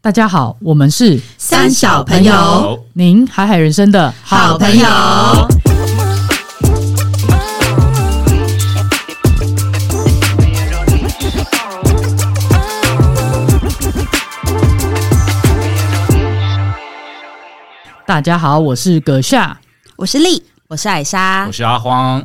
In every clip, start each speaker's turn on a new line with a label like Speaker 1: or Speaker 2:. Speaker 1: 大家好，我们是
Speaker 2: 三小朋友，
Speaker 1: 您海海人生的
Speaker 2: 好朋友，
Speaker 1: 大家好，我是葛夏。
Speaker 2: 我是丽，我是艾莎
Speaker 3: 我，是阿荒，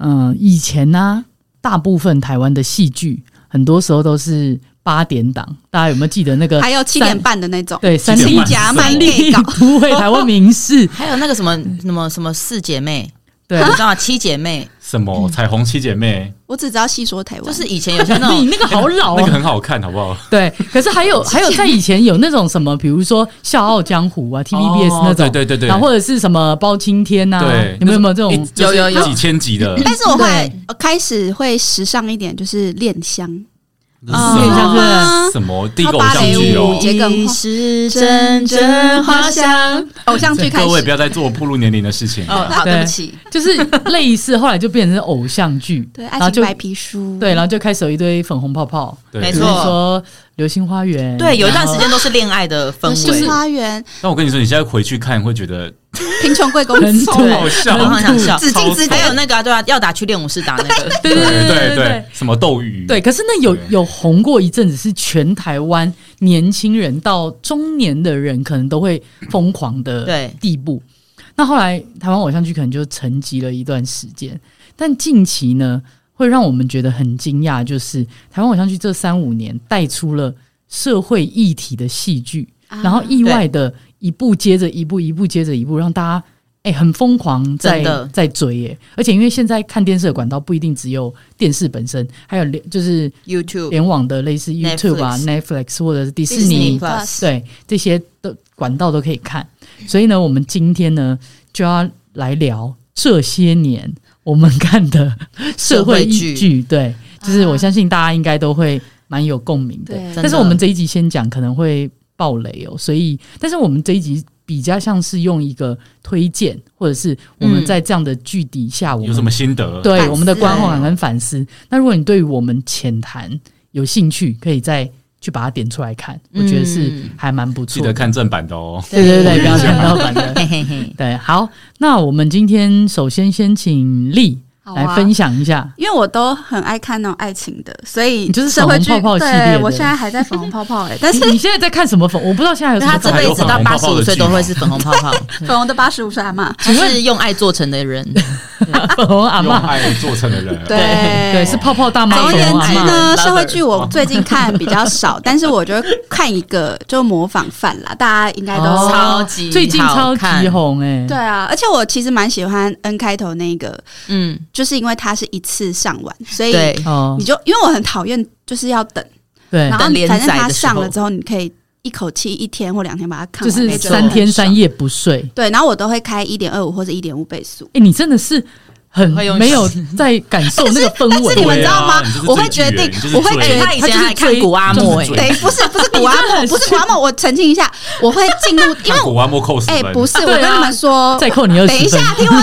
Speaker 1: 嗯、以前呢、大部分台湾的戏剧，很多时候都是八点档，大家有没有记得那个？
Speaker 4: 还有七点半的那种，
Speaker 1: 呃对，三
Speaker 3: 七
Speaker 1: 立
Speaker 3: 点
Speaker 4: 亲
Speaker 3: 半
Speaker 4: 家
Speaker 1: 三
Speaker 4: 卖
Speaker 1: 立
Speaker 4: 内稿，
Speaker 1: 都会台湾名士，
Speaker 2: 还有那个什么什么什么四姐妹，
Speaker 1: 对
Speaker 2: 你知道吗？七姐妹，
Speaker 3: 什么彩虹七姐妹，
Speaker 4: 我只知道细说台湾，
Speaker 2: 就是以前有些那
Speaker 1: 你
Speaker 2: 种
Speaker 1: 那个好老
Speaker 3: 那个
Speaker 1: 啊！
Speaker 3: 很好看，好不好？
Speaker 1: 对，可是还有还有在以前有那种什么，比如说《笑傲江湖》啊，TVBS
Speaker 3: 哦
Speaker 1: 那种，
Speaker 3: 对对对对
Speaker 1: 然后或者是什么包青天呐、啊
Speaker 3: 对，，
Speaker 1: 你们有没有嗯这
Speaker 3: 一
Speaker 1: 种？
Speaker 3: 就是
Speaker 2: 有有有
Speaker 3: 几千集的？
Speaker 4: 但是我后来呃开始会时尚一点，就是恋香，啊
Speaker 1: 有点像是
Speaker 3: 什么第一个偶像剧
Speaker 4: 芭蕾舞
Speaker 3: 哦？
Speaker 4: 桔梗
Speaker 2: 是
Speaker 4: 花
Speaker 2: 香。
Speaker 4: 偶像剧开
Speaker 3: 各位不
Speaker 4: 始，
Speaker 3: 要再做暴露年龄的事情。
Speaker 2: 哦，好，
Speaker 1: 对
Speaker 2: 对不起，
Speaker 1: 就是类似，后来就变成偶像剧，
Speaker 4: 对，
Speaker 1: 然后
Speaker 4: 爱
Speaker 1: 就
Speaker 4: 情白皮书，
Speaker 1: 对，然后就开始有一堆粉红泡泡，
Speaker 3: 对
Speaker 2: 没
Speaker 1: 比如
Speaker 2: 错
Speaker 1: 说《流星花园》，
Speaker 2: 对，有一段
Speaker 1: 然后
Speaker 2: 时间都是恋爱的氛
Speaker 4: 流
Speaker 2: 围
Speaker 4: 星，花园、
Speaker 3: 但我跟你说，你现在回去看会觉得
Speaker 4: 贫穷贵公
Speaker 1: 很
Speaker 4: 子，
Speaker 1: 土，
Speaker 3: 好笑
Speaker 2: 我好想笑。
Speaker 4: 紫禁之巅
Speaker 2: 还有那个啊对啊，要打去练武士打那个，
Speaker 1: 对对对对
Speaker 3: 对
Speaker 1: 对对。
Speaker 3: 什么斗鱼
Speaker 1: 对，可是那有
Speaker 3: 对
Speaker 1: 有红过一阵子，是全台湾年轻人到中年的人可能都会疯狂的
Speaker 2: 对
Speaker 1: 地步。那后来台湾偶像剧可能就沉寂了一段时间，但近期呢，会让我们觉得很惊讶，就是台湾偶像剧这三五年带出了社会议题的戏剧，
Speaker 4: 啊
Speaker 1: 然后意外的一步接着一步，一步接着一步，让大家哎、很疯狂在
Speaker 2: 真的
Speaker 1: 在追耶、而且因为现在看电视的管道不一定只有电视本身，还有联就是
Speaker 2: ，YouTube
Speaker 1: 联网的类似 YouTube 啊、Netflix 或者是迪士尼
Speaker 2: Disney Plus
Speaker 1: 对这些的管道都可以看。所以呢，我们今天呢就要来聊这些年我们看的社会
Speaker 2: 社
Speaker 1: 剧，
Speaker 2: 会
Speaker 1: 剧对，就是
Speaker 4: 啊
Speaker 1: 我相信大家应该都会蛮有共鸣的。
Speaker 4: 对
Speaker 2: 真
Speaker 1: 但
Speaker 2: 的
Speaker 1: 是我们这一集先讲可能会爆雷哦，所以但是我们这一集比较像是用一个推荐，或者是我们
Speaker 2: 嗯
Speaker 1: 在这样的剧底下，我
Speaker 3: 有
Speaker 1: 们
Speaker 3: 什么心得？
Speaker 1: 对
Speaker 4: 反思
Speaker 1: 我们的观后感跟反思。那如果你对于我们浅谈有兴趣，可以再去把它点出来看，我
Speaker 2: 嗯
Speaker 1: 觉得是还蛮不
Speaker 3: 记
Speaker 1: 错的。
Speaker 3: 得看正版的哦。
Speaker 1: 对对对，不要想到版的。
Speaker 2: 嘿嘿嘿，
Speaker 1: 对，好，那我们今天首先先请丽
Speaker 4: 好
Speaker 1: 来
Speaker 4: 啊。
Speaker 1: 分享一下。
Speaker 4: 因为我都很爱看那种爱情的，所以
Speaker 1: 你就是
Speaker 4: 社会剧
Speaker 1: 粉红泡泡系列的
Speaker 4: 对我现在还在粉红泡泡哎、但是
Speaker 1: 你你现在在看什么粉？我不知道现在有
Speaker 2: 那
Speaker 1: 什
Speaker 2: 他
Speaker 1: 么
Speaker 2: 这
Speaker 1: 粉。
Speaker 2: 辈子到八十五岁都会是粉红泡泡，
Speaker 4: 粉红的八十五岁阿嬷，
Speaker 2: 他是用爱做成的人，
Speaker 1: 粉红阿
Speaker 3: 用
Speaker 1: 妈，
Speaker 3: 爱做成的人，
Speaker 4: 对
Speaker 1: 对，是泡泡大妈
Speaker 4: 总而
Speaker 1: 粉
Speaker 4: 言
Speaker 1: 红阿
Speaker 4: 之
Speaker 1: 妈。
Speaker 4: 呢，
Speaker 2: Lover
Speaker 4: 社会剧我最近看比较少，但是我觉得看一个就模仿犯啦，大家应该都
Speaker 1: 哦
Speaker 2: 超级
Speaker 1: 最近超
Speaker 2: 好看
Speaker 1: 级红哎，
Speaker 4: 对啊。而且我其实蛮喜欢 N 开头那个，
Speaker 2: 嗯，
Speaker 4: 就是因为它是一次上完，所以
Speaker 2: 对，
Speaker 1: 哦
Speaker 4: 你，就因为我很讨厌就是要等，
Speaker 1: 对
Speaker 4: 然，后
Speaker 2: 等连
Speaker 4: 反正
Speaker 2: 载
Speaker 4: 它
Speaker 2: 的时
Speaker 4: 上
Speaker 2: 候
Speaker 4: 了之后，你可以一口气一天或两天把它看
Speaker 1: 就
Speaker 4: 完，
Speaker 1: 是
Speaker 4: 那种
Speaker 1: 三天
Speaker 4: 很爽
Speaker 1: 三。夜不睡。
Speaker 4: 对，然后我都会开一点二五或者一点五倍速。
Speaker 1: 哎、你真的是很
Speaker 2: 会用
Speaker 1: 没有在感受那个氛
Speaker 4: 但
Speaker 1: 围
Speaker 4: 是，你们
Speaker 3: 对
Speaker 4: 知
Speaker 3: 啊
Speaker 4: 道吗
Speaker 3: 你就？是
Speaker 4: 我会
Speaker 3: 最
Speaker 4: 决
Speaker 3: 巨
Speaker 4: 定
Speaker 3: 人你就，是
Speaker 4: 我会
Speaker 3: 最
Speaker 4: 觉
Speaker 2: 哎、
Speaker 4: 得
Speaker 3: 人
Speaker 2: 他以前还看古阿莫、
Speaker 3: 就是
Speaker 2: 哎，
Speaker 4: 对，不是不是古阿
Speaker 1: 你真的很
Speaker 4: 莫，不是古阿莫，我澄清一下，我会进入，因为
Speaker 3: 看古玩莫扣十
Speaker 4: 哎、
Speaker 3: 分，
Speaker 4: 不是，
Speaker 1: 啊
Speaker 4: 我
Speaker 1: 对啊
Speaker 4: 跟你们说，
Speaker 1: 再扣你二
Speaker 4: 等一
Speaker 1: 十分。
Speaker 4: 下，哎听我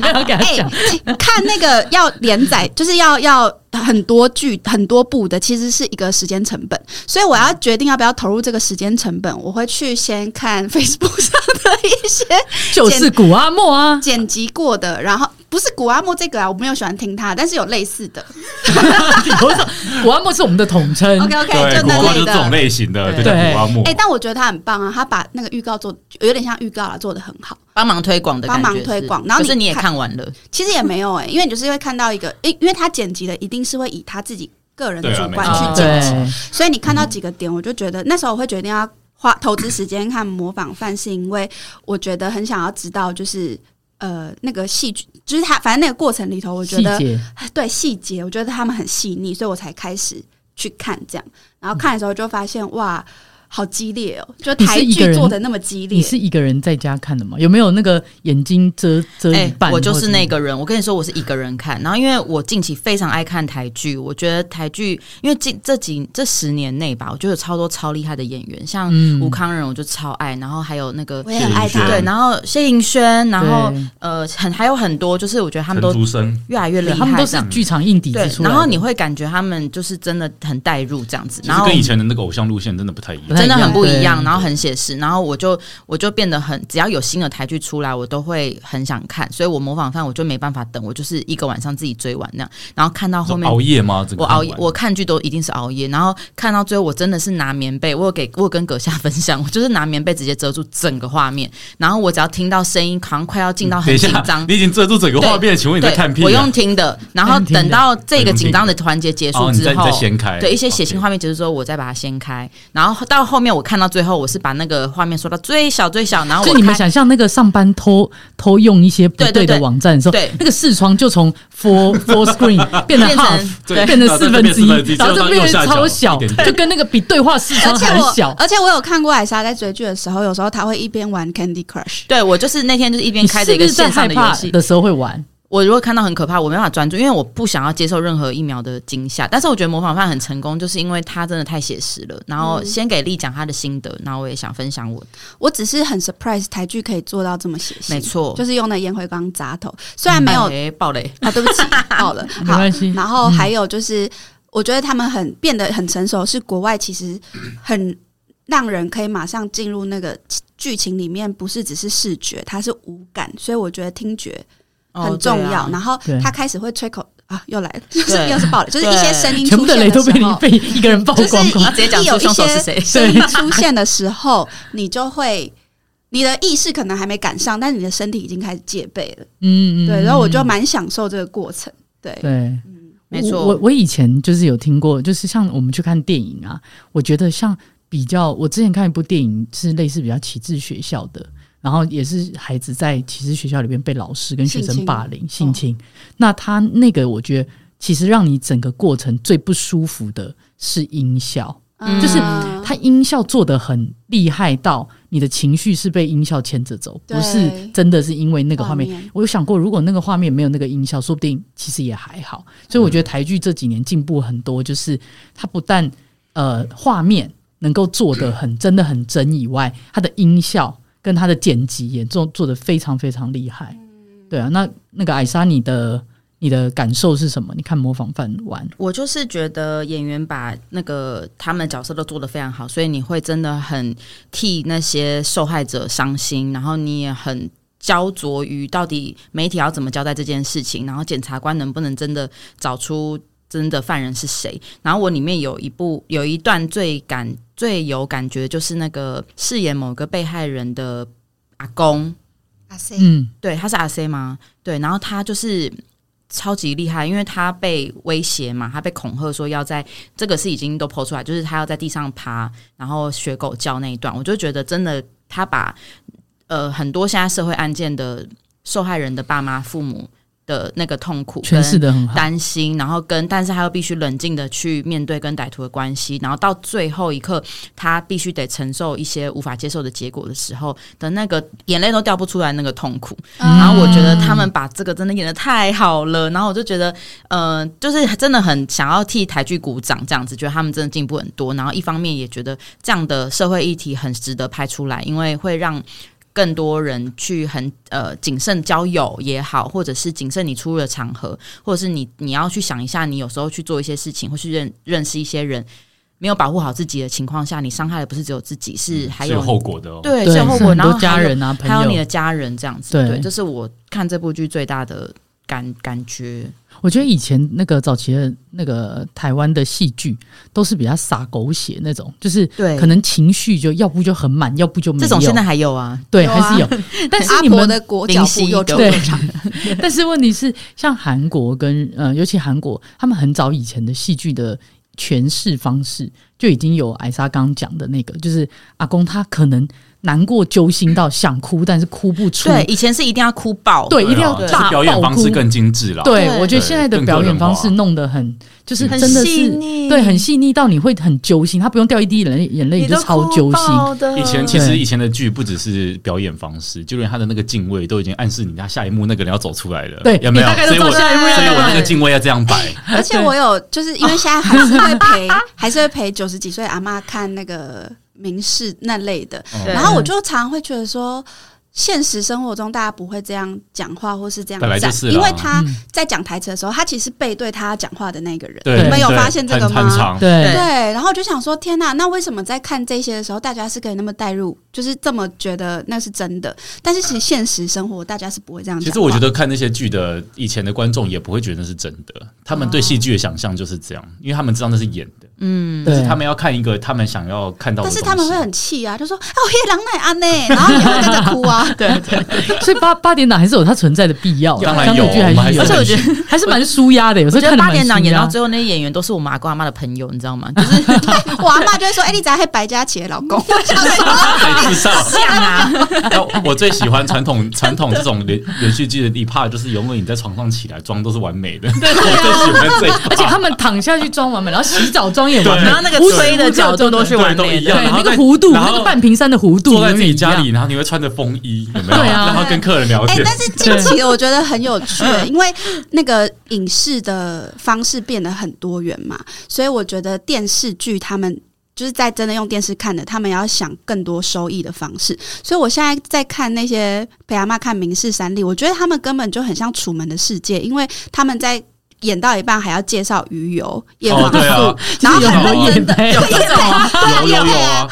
Speaker 1: 没有给他
Speaker 4: 哎、
Speaker 1: 讲，
Speaker 4: 看那个要连载，就是要要很多剧、很多部的，其实是一个时间成本。所以我要决定要不要投入这个时间成本，我会去先 看 Facebook 上的一些
Speaker 1: 就是古阿莫啊，
Speaker 4: 剪辑过的，然后不是古阿莫这个啊，我没有喜欢听他，但是有类似的。
Speaker 3: 哦
Speaker 1: 我说古阿莫是我们的统称。
Speaker 4: OK OK，
Speaker 3: 对，
Speaker 4: 就
Speaker 3: 古玩
Speaker 4: 那
Speaker 3: 莫就
Speaker 4: 类
Speaker 3: 是这种
Speaker 4: 的。
Speaker 3: 类型的，
Speaker 2: 对
Speaker 3: 对，叫古玩莫
Speaker 4: 哎、。但我觉得他很棒啊，他把那个预告做有点像预告啦，做的很好。
Speaker 2: 帮忙推广的感觉是，
Speaker 4: 帮忙推广然后
Speaker 2: 可
Speaker 4: 你
Speaker 2: 是你也
Speaker 4: 看
Speaker 2: 看完了，
Speaker 4: 其实也没有哎、因为你就是会看到一个，因因为他剪辑的一定是会以他自己个人主
Speaker 3: 对啊
Speaker 4: 观
Speaker 3: 没错
Speaker 4: 去
Speaker 2: 啊
Speaker 4: 剪
Speaker 1: 对
Speaker 4: 辑，所以你看到几个点，我就觉得那时候我会决定要花投资时间看《模仿犯》，是因为我觉得很想要知道，就是呃那个戏剧，就是他反正那个过程里头，我觉
Speaker 1: 细
Speaker 4: 得
Speaker 1: 节，
Speaker 4: 对细节，我觉得他们很细腻，所以我才开始去看这样。然后看的时候就发现哇，好激烈哦，就
Speaker 1: 你是
Speaker 4: 台
Speaker 1: 一个
Speaker 4: 剧
Speaker 1: 人
Speaker 4: 做的那么激
Speaker 1: 你
Speaker 4: 烈，
Speaker 1: 是一个人在家看的吗？有没有那个眼睛遮遮一
Speaker 2: 哎、
Speaker 1: 半、
Speaker 2: 我就是那。个人。我跟你说，我是一个人看。然后，因为我近期非常爱看台剧，我觉得台剧，因为近这几这十年内吧，我觉得有超多超厉害的演员，像
Speaker 1: 嗯
Speaker 2: 吴康仁，我就超爱。然后还有那个
Speaker 4: 我也很啊爱
Speaker 3: 谢
Speaker 4: 他。
Speaker 3: 宇轩
Speaker 2: 对，然后谢盈萱，然后
Speaker 1: 对
Speaker 2: 呃，很还有很多，就是我觉得他
Speaker 3: 陈
Speaker 2: 们都
Speaker 3: 竹生，
Speaker 2: 越来越厉
Speaker 1: 对
Speaker 2: 害，
Speaker 1: 他们都是
Speaker 2: 这样
Speaker 1: 剧场硬底
Speaker 2: 对
Speaker 1: 子。出来的，
Speaker 2: 然后你会感觉他们就是真的很带入这样子，
Speaker 3: 其
Speaker 2: 然
Speaker 3: 实
Speaker 2: 后
Speaker 3: 跟以前的那个偶像路线真的不太一
Speaker 1: 不太
Speaker 3: 样。
Speaker 2: 真的
Speaker 1: 一样
Speaker 2: 很不一样，
Speaker 1: 对
Speaker 2: 然后很写实，然后我就我就变得很，只要有新的台剧出来，我都会很想看，所以我模仿犯我就没办法等，我就是一个晚上自己追完那样，然后看到后
Speaker 3: 你
Speaker 2: 面
Speaker 3: 说熬夜吗？整个
Speaker 2: 我熬夜
Speaker 3: 看，完
Speaker 2: 我看剧都一定是熬夜，然后看到最后，我真的是拿棉被，我有给我有跟阁下分享，我就是拿棉被直接遮住整个画面，然后我只要听到声音，好像快要进到
Speaker 3: 嗯等
Speaker 2: 很
Speaker 3: 一
Speaker 2: 紧
Speaker 3: 下
Speaker 2: 张，
Speaker 3: 你已经遮住整个画面，请问你
Speaker 2: 对
Speaker 3: 在看屁啊？
Speaker 2: 我用听的，然后
Speaker 1: 用听的
Speaker 2: 等到这个紧张的环节结
Speaker 3: 哦
Speaker 2: 束
Speaker 3: 你
Speaker 2: 之
Speaker 3: 再
Speaker 2: 后，
Speaker 3: 再掀开，
Speaker 2: 对一些血腥
Speaker 3: OK
Speaker 2: 画面结束之后，我再把它掀开，然后到后面我看到最后，我是把那个画面缩到最小最小，然后
Speaker 1: 就
Speaker 2: 我
Speaker 1: 你们
Speaker 2: 开
Speaker 1: 想象那个上班偷偷用一些不
Speaker 2: 对对
Speaker 1: 对的
Speaker 2: 对
Speaker 1: 网站的时候，
Speaker 2: 对
Speaker 1: 那个视窗就从 four four screen 变成
Speaker 2: 变
Speaker 1: half，
Speaker 2: 成对
Speaker 1: 变成四分之
Speaker 3: 对
Speaker 1: 一，然后
Speaker 3: 这
Speaker 1: 就
Speaker 3: 边
Speaker 1: 变
Speaker 3: 右下
Speaker 1: 成
Speaker 3: 角
Speaker 1: 超小
Speaker 3: 一点，点
Speaker 1: 就跟那个比对话视
Speaker 4: 而
Speaker 1: 窗
Speaker 4: 且
Speaker 1: 还
Speaker 4: 我
Speaker 1: 小，。
Speaker 4: 而且我有看过艾莎在追剧的时候，有时候她会一边玩 Candy Crush。
Speaker 2: 对我就是那天就是一边
Speaker 1: 你
Speaker 2: 开
Speaker 1: 是
Speaker 2: 着一
Speaker 1: 不
Speaker 2: 个
Speaker 1: 是在
Speaker 2: 线上
Speaker 1: 害
Speaker 2: 的游
Speaker 1: 怕
Speaker 2: 戏，
Speaker 1: 的时候会玩？
Speaker 2: 我如果看到很可怕，我没办法专注，因为我不想要接受任何一秒的惊吓。但是我觉得模仿犯很成功，就是因为他真的太写实了。然后先给丽讲她的心得，然后我也想分享我的。
Speaker 4: 我只是很 surprise 台剧可以做到这么血腥，
Speaker 2: 没错
Speaker 4: 就是用的烟灰缸砸头，虽然没有
Speaker 2: 哎暴雷，
Speaker 4: 啊，对不 起，爆了，
Speaker 1: 嗯没关系嗯
Speaker 4: 好然后还有就是，我觉得他们很变得很成熟，是国外 其实很让人可以马上进入那个剧情里面，不是只是视觉，它是五感，所以我觉得听觉
Speaker 2: 哦
Speaker 4: 很重要。。
Speaker 2: 对啊
Speaker 4: 然后
Speaker 1: 对
Speaker 4: 他开始会吹口啊，又来了，就是
Speaker 2: 对
Speaker 4: 又是爆了，就是一些声音
Speaker 1: 全部
Speaker 4: 出
Speaker 1: 的
Speaker 4: 现
Speaker 1: 雷
Speaker 4: 的
Speaker 1: 都被
Speaker 4: 时
Speaker 1: 你
Speaker 4: 候。
Speaker 1: 被一个人曝
Speaker 4: 就是
Speaker 1: 光
Speaker 4: 一
Speaker 1: 光。
Speaker 2: 直接讲出
Speaker 4: 有一
Speaker 2: 凶手是
Speaker 4: 些
Speaker 2: 谁
Speaker 4: 声音出现的时候，你就会你的意识可能还没赶上，但你的身体已经开始戒备了。
Speaker 1: 嗯嗯，
Speaker 4: 对，
Speaker 1: 嗯
Speaker 4: 然后我就蛮享受这个过程。对，
Speaker 1: 对。
Speaker 2: 没错，
Speaker 1: 我我我以前就是有听过，就是像我们去看电影啊，我觉得像比较，我之前看一部电影是类似比较启智学校的，然后也是孩子在启智学校里边被老师跟学
Speaker 4: 性
Speaker 1: 生
Speaker 4: 侵
Speaker 1: 霸凌、性侵。那他那个我觉得，其实让你整个过程最不舒服的是音效，
Speaker 2: 嗯
Speaker 1: 就是
Speaker 4: 嗯
Speaker 1: 他音效做的很厉害到你的情绪是被音效牵着走，
Speaker 4: 对
Speaker 1: 不是真的是因为那个画面
Speaker 4: 画面
Speaker 1: 我有想过，如果那个画面没有那个音效，说不定其实也还好。所以我觉得台剧这几年进步很多，就是它不但呃画面能够做的很真的很真以外，它的音效跟它的剪辑也做做的非常非常厉害。
Speaker 2: 嗯
Speaker 1: 对啊，那那个艾莎，你的你的感受是什么？你看模仿犯玩，
Speaker 2: 我就是觉得演员把那个他们的角色都做得非常好，所以你会真的很替那些受害者伤心，然后你也很。焦灼于到底媒体要怎么交代这件事情，然后检察官能不能真的找出真的犯人是谁？然后我里面有一部有一段最感最有感觉，就是那个饰演某个被害人的阿公，
Speaker 4: 阿 C，
Speaker 1: 嗯，
Speaker 2: 对，他是阿 C 吗？对，然后他就是超级厉害，因为他被威胁嘛，他被恐吓说要在这个是已经都剖出来，就是他要在地上爬，然后学狗叫那一段，我就觉得真的他把呃很多现在社会案件的受害人的爸妈、父母的那个痛苦
Speaker 1: 诠释
Speaker 2: 跟
Speaker 1: 的很好。
Speaker 2: 担心，然后跟但是他又必须冷静的去面对跟歹徒的关系，然后到最后一刻，他必须得承受一些无法接受的结果的时候的那个眼泪都掉不出来那个痛苦。然后我觉
Speaker 4: 嗯
Speaker 2: 得他们把这个真的演的太好了，然后我就觉得，呃，就是真的很想要替台剧鼓掌，这样子觉得他们真的进步很多。然后一方面也觉得这样的社会议题很值得拍出来，因为会让。更多人去很呃谨慎交友也好，或者是谨慎你出入的场合，或者是你你要去想一下，你有时候去做一些事情，或是认认识一些人，没有保护好自己的情况下，你伤害的不是只有自己，是还
Speaker 3: 嗯是
Speaker 2: 有
Speaker 3: 有后果的哦。
Speaker 2: 对，
Speaker 1: 对，
Speaker 2: 是有
Speaker 1: 是
Speaker 2: 后果，
Speaker 1: 很
Speaker 2: 然后
Speaker 1: 多
Speaker 2: 还
Speaker 1: 家
Speaker 2: 有
Speaker 1: 人啊，朋
Speaker 2: 还有你
Speaker 1: 友
Speaker 2: 的，家人这样子，
Speaker 1: 对
Speaker 2: 对，这是我看这部剧最大的感感觉。
Speaker 1: 我觉得以前那个早期的那个台湾的戏剧都是比较洒狗血那种，就是
Speaker 2: 对
Speaker 1: 可能情绪就要不就很满，要不就没有。
Speaker 2: 这种现在还有啊，
Speaker 1: 对
Speaker 4: 有啊
Speaker 1: 还是有， 但是
Speaker 4: 阿
Speaker 1: 你
Speaker 4: 婆
Speaker 1: 们
Speaker 4: 的裹脚布又出了场，
Speaker 1: 但是问题是，像韩国跟呃，尤其韩国，他们很早以前的戏剧的诠释方式就已经有艾莎刚刚讲的那个，就是阿公他可能难过、揪心到想哭，但是哭不出。
Speaker 2: 对，以前是一定要哭爆，
Speaker 1: 对，
Speaker 3: 对啊
Speaker 1: 一定要
Speaker 3: 只是
Speaker 1: 大
Speaker 3: 表演
Speaker 1: 爆
Speaker 3: 方
Speaker 1: 哭
Speaker 3: 式。更精致啦。
Speaker 1: 对，
Speaker 4: 对
Speaker 1: 我觉得现在的
Speaker 3: 对
Speaker 1: 表
Speaker 3: 更个
Speaker 1: 演
Speaker 3: 人
Speaker 1: 方式
Speaker 3: 化
Speaker 1: 弄得很，就是
Speaker 2: 很
Speaker 1: 真的
Speaker 2: 细
Speaker 1: 是
Speaker 2: 腻
Speaker 1: 对很细腻到你会很揪心，他不用掉一滴眼眼泪，你就超揪心。
Speaker 2: 的
Speaker 3: 以前其
Speaker 1: 对
Speaker 3: 实以前的剧不只是表演方式，就连他的那个敬畏都已经暗示你，他下一幕那个人要走出来了。
Speaker 1: 对
Speaker 3: 有没有？
Speaker 1: 你大概
Speaker 3: 所
Speaker 1: 就
Speaker 3: 以
Speaker 1: 知道
Speaker 3: 我
Speaker 1: 下一幕要
Speaker 3: 所以我
Speaker 1: 干嘛
Speaker 3: 那个敬畏要这样摆。
Speaker 4: 而且我有，就是因为现在还是 会陪，还是会陪九十几岁阿妈看那个民事那类的，
Speaker 2: 对
Speaker 3: 哦
Speaker 4: 然后我就常会觉得说。现实生活中，大家不会这样讲话，或是这样
Speaker 3: 本来就
Speaker 4: 站，
Speaker 3: 是啦
Speaker 4: 因为
Speaker 2: 啊
Speaker 4: 他
Speaker 1: 嗯
Speaker 4: 在讲台词的时候，他其实背对他讲话的那个人。
Speaker 3: 对，
Speaker 1: 你们
Speaker 4: 有
Speaker 3: 对
Speaker 4: 发现这
Speaker 3: 很
Speaker 4: 个吗
Speaker 3: 很长
Speaker 1: 对
Speaker 4: 对，然后我就想说，天呐，那为什么在看这些的时候，大家是可以那么代入，就是这么觉得那是真的？但是其实现实生活，大家是不会这样讲
Speaker 3: 嗯
Speaker 4: 话。
Speaker 3: 其实我觉得看那些剧的以前的观众也不会觉得那是真的，他们对戏剧的想象就是这样，因为他们知道那是演的，
Speaker 2: 嗯，
Speaker 1: 对，啊
Speaker 3: 他们要看一个他们想要看到的东
Speaker 4: 但是
Speaker 3: 西。
Speaker 4: 他们会 很气啊，就说啊，我夜郎奈安呢，然后也会跟 着哭啊。对，
Speaker 1: 所以八八点档还是有它存在的必要啊，
Speaker 3: 当然
Speaker 1: 乡
Speaker 3: 有，
Speaker 1: 土剧
Speaker 3: 我们还
Speaker 1: 是
Speaker 3: 是
Speaker 1: 有，
Speaker 2: 而且我
Speaker 3: 很
Speaker 2: 觉得
Speaker 1: 还是蛮舒压的。有时候
Speaker 2: 我觉
Speaker 1: 看得
Speaker 2: 得
Speaker 1: 蛮
Speaker 2: 八点档
Speaker 1: 舒
Speaker 2: 演
Speaker 1: 压
Speaker 2: 到最后，那些演员都是我妈跟我阿妈的朋友，你知道吗？就是
Speaker 4: 我阿妈就会说，哎、你咋还白佳琪的老公？我想说，
Speaker 3: 哎，至少。
Speaker 2: 这样啊，
Speaker 3: 那我最喜欢传统 传统这种连连续剧的一 part，就是永远你在床上起来妆都是完美 的，我最喜欢 这一 part。
Speaker 1: 而且他们躺下去装完美，然后洗澡妆也完美，
Speaker 3: 对
Speaker 2: 然后那个
Speaker 1: 无时
Speaker 2: 吹的
Speaker 1: 无刻
Speaker 2: 角度都是
Speaker 3: 对
Speaker 2: 完
Speaker 3: 都
Speaker 2: 美
Speaker 3: 一
Speaker 2: 的
Speaker 1: 对
Speaker 3: 样，然后
Speaker 1: 那个
Speaker 3: 在
Speaker 1: 弧度，
Speaker 3: 然
Speaker 1: 那
Speaker 3: 后
Speaker 1: 个半屏山的弧度，
Speaker 3: 坐在自己家
Speaker 1: 永远一
Speaker 3: 里，
Speaker 1: 样，
Speaker 3: 然后你会穿着风衣，有没有？
Speaker 1: 对啊
Speaker 3: 然后跟客人聊
Speaker 4: 哎、
Speaker 3: 天。
Speaker 4: 但是近期的我觉得很有趣、因为那个影视的方式变得很多元嘛，所以我觉得电视剧他们。就是在真的用电视看的，他们也要想更多收益的方式。所以我现在在看那些陪阿妈看《明示三立》，我觉得他们根本就很像《楚门的世界》，因为他们在演到一半还要介绍鱼油、叶黄
Speaker 3: 哦，
Speaker 4: 素，
Speaker 3: 对啊，
Speaker 4: 然后
Speaker 1: 有
Speaker 4: 很
Speaker 1: 很多
Speaker 4: 多哎
Speaker 1: 演
Speaker 4: 真的
Speaker 1: 配，
Speaker 4: 叶
Speaker 3: 有
Speaker 4: 配
Speaker 3: 有有啊，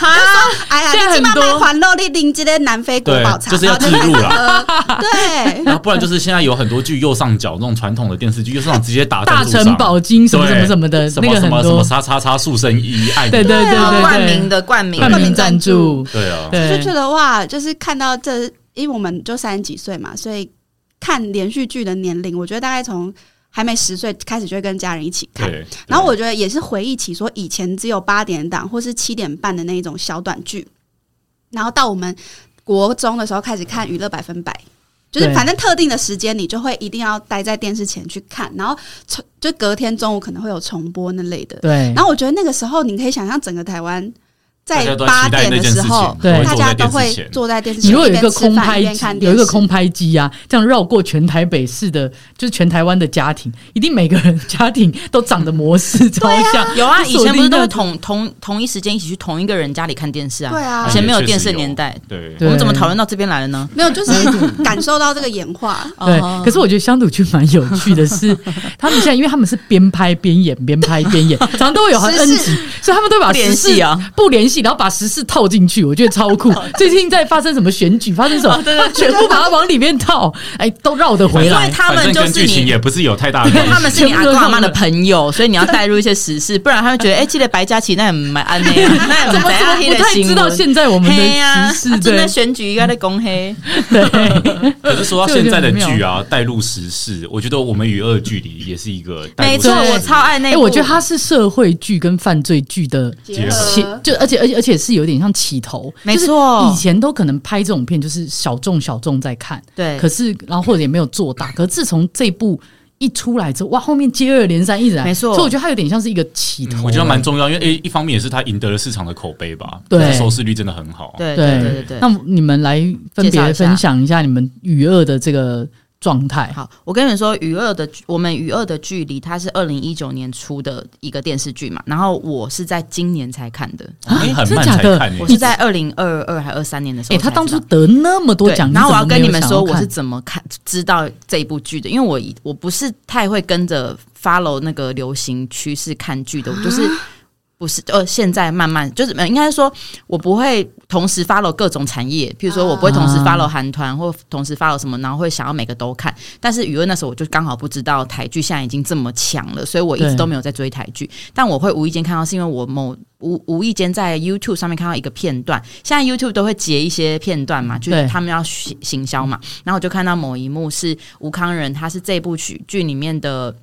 Speaker 4: 哎呀，
Speaker 1: 现在很
Speaker 4: 你今
Speaker 1: 多
Speaker 4: 晚卖环肉，你拎这个南非国
Speaker 3: 对
Speaker 4: 宝，茶，
Speaker 3: 就是要
Speaker 4: 然
Speaker 3: 植
Speaker 4: 后
Speaker 3: 入啦。
Speaker 4: 呃对，
Speaker 3: 然后不然就是现在有很多剧右上角那种传统的电视剧，右上角直接打在
Speaker 1: 大
Speaker 3: 路上
Speaker 1: 城堡金什么
Speaker 3: 对
Speaker 1: 什么什么的，
Speaker 3: 什
Speaker 1: 那
Speaker 3: 么
Speaker 1: 个
Speaker 3: 什
Speaker 1: 很
Speaker 3: 么什么
Speaker 1: 多，
Speaker 3: 叉叉叉塑身衣爱你
Speaker 1: 对对对
Speaker 4: 对啊
Speaker 1: 对，
Speaker 2: 冠名的冠名
Speaker 1: 冠
Speaker 4: 冠
Speaker 1: 名
Speaker 4: 名
Speaker 1: 赞
Speaker 4: 赞助
Speaker 1: 助，
Speaker 3: 对啊，
Speaker 1: 对
Speaker 4: 就觉得哇，就是看到这，因为我们就三十几岁嘛，所以看连续剧的年龄，我觉得大概从还没十岁开始就会跟家人一起看。
Speaker 3: 对。啊
Speaker 4: 然后我觉得也是回忆起说，以前只有八点档或是七点半的那一种小短剧，然后到我们国中的时候开始看《娱乐百分百》，就是
Speaker 1: 对
Speaker 4: 反正特定的时间你就会一定要待在电视前去看，然后重就隔天中午可能会有重播那类的。
Speaker 1: 对
Speaker 4: 然，后我觉得那个时候你可以想象整个台湾。
Speaker 3: 大
Speaker 4: 在
Speaker 3: 家都
Speaker 4: 八
Speaker 3: 期待
Speaker 4: 点
Speaker 3: 那
Speaker 4: 的
Speaker 3: 件事
Speaker 4: 时
Speaker 3: 情
Speaker 4: 候，
Speaker 1: 对
Speaker 4: 大家
Speaker 3: 坐
Speaker 4: 都
Speaker 3: 在电
Speaker 4: 会
Speaker 3: 视前
Speaker 4: 坐在电视
Speaker 1: 你
Speaker 4: 前，
Speaker 1: 如果有一个
Speaker 4: 边吃
Speaker 1: 空
Speaker 4: 饭
Speaker 1: 拍
Speaker 4: 一
Speaker 1: 机
Speaker 4: 边看，电
Speaker 1: 有一
Speaker 4: 视，
Speaker 1: 个空拍机啊，这样绕过全台北市的，就是全台湾的家庭，一定每个人家庭都长得模式超像。
Speaker 2: 有啊，
Speaker 1: 这
Speaker 2: 以
Speaker 1: 是我
Speaker 2: 前不是
Speaker 1: 另
Speaker 2: 都会
Speaker 1: 外
Speaker 2: 同同同一时间一起去同一个人家里看电视啊？
Speaker 4: 对啊
Speaker 2: 以前没有
Speaker 3: 也
Speaker 2: 电
Speaker 3: 确实
Speaker 2: 视
Speaker 3: 有
Speaker 2: 年代，
Speaker 3: 哦对
Speaker 1: 对
Speaker 2: 我们怎么讨论到这边来了呢？
Speaker 4: 没有，就是感受到这个演化。
Speaker 1: 对
Speaker 2: 哦，
Speaker 1: 可是我觉得乡土剧蛮有趣的是，他们现在因为他们是边拍边演，边拍边演，常常都会有
Speaker 4: 时
Speaker 1: N
Speaker 4: 事
Speaker 1: 集，所以他们都会把
Speaker 2: 不联
Speaker 1: 时事
Speaker 2: 系啊，
Speaker 1: 不联系，然后把时事套进去，我觉得超酷。最近在发生什么选举，发生什么，全部把它往里面套，哎，都绕得 回
Speaker 2: 因
Speaker 1: 来
Speaker 2: 为。他们
Speaker 3: 反正
Speaker 2: 就
Speaker 3: 跟
Speaker 2: 是
Speaker 3: 剧情
Speaker 2: 你
Speaker 3: 也不是有太 大的关
Speaker 2: 他
Speaker 3: 系。
Speaker 2: 们是你阿公阿妈的朋友，所以你要带入一些时事，不然他们觉得哎，记得白嘉琪那也蛮 安内啊，那也
Speaker 1: 怎么
Speaker 2: 怎样
Speaker 1: 不
Speaker 2: 黑的
Speaker 1: 太
Speaker 2: 新
Speaker 1: 知道
Speaker 2: 闻。
Speaker 1: 现在我们
Speaker 2: 黑呀
Speaker 1: 的，时事？
Speaker 2: 啊正在
Speaker 1: 对
Speaker 2: 选举，应该在公黑。
Speaker 1: 对，
Speaker 3: 可是说到现在的剧啊，带入时事，我觉得我们与恶距离也是一个带
Speaker 2: 没
Speaker 3: 入时事
Speaker 2: 错，
Speaker 1: 对
Speaker 2: 我超爱那
Speaker 1: 哎、
Speaker 2: 部。
Speaker 1: 我觉得它是社会剧跟犯罪剧的
Speaker 3: 结合
Speaker 1: 起，就而且而且而且是有点像起头，
Speaker 2: 呃没
Speaker 1: 就是
Speaker 2: 错
Speaker 1: 以前都可能拍这种片就是小众小众在看，
Speaker 2: 对
Speaker 1: 可是然后或者也没有做大，可是自从这部。一出来之后，哇，后面接二连三一直来，
Speaker 2: 没错
Speaker 1: 所以我觉得它有点像是一个起头、
Speaker 3: 嗯我觉得蛮重要，因为诶，一方面也是它赢得了市场的口碑吧，
Speaker 1: 对
Speaker 3: 就是收视率真的很好。啊
Speaker 2: 对
Speaker 1: 对
Speaker 2: 对对对
Speaker 1: 那
Speaker 2: 对。
Speaker 1: 你们来分
Speaker 2: 介绍
Speaker 1: 别
Speaker 2: 一下
Speaker 1: 分享一下你们娱乐的这个状态。
Speaker 2: 好，我跟你们说，《与恶的距我们《与恶的距离》，它是二零一九年出的一个电视剧嘛，然后我是在今年才看的，
Speaker 3: 你很慢
Speaker 1: 真的假
Speaker 3: 才
Speaker 1: 的
Speaker 3: 看耶，
Speaker 2: 我是在二零二二还二三年的时
Speaker 1: 哎、
Speaker 2: 候才知道。
Speaker 1: 他当初得那么多
Speaker 2: 对，
Speaker 1: 奖，
Speaker 2: 然后
Speaker 1: 怎
Speaker 2: 我
Speaker 1: 么
Speaker 2: 要跟
Speaker 1: 没
Speaker 2: 你
Speaker 1: 有
Speaker 2: 们
Speaker 1: 想
Speaker 2: 说，
Speaker 1: 要
Speaker 2: 我
Speaker 1: 看
Speaker 2: 是怎么看知道这一部剧的，因为我以我不是太会跟着 follow 那个流行趋势看剧的，我就是。
Speaker 1: 啊
Speaker 2: 不是，呃，现在慢慢就是，呃应该说，我不会同时 follow 各种产业，譬如说，我不会同时
Speaker 1: 啊
Speaker 2: follow 韩团或同时 follow 什么，然后会想要每个都看。但是娱乐那时候我就刚好不知道台剧现在已经这么强了，所以我一直
Speaker 1: 对
Speaker 2: 都没有在追台剧。但我会无意间看到，是因为我某无无意间在 YouTube 上面看到一个片段，现在 YouTube 都会截一些片段嘛，就是
Speaker 1: 嗯对
Speaker 2: 他们要行行销嘛。然后我就看到某一幕是吴康仁，他是这部剧剧里面的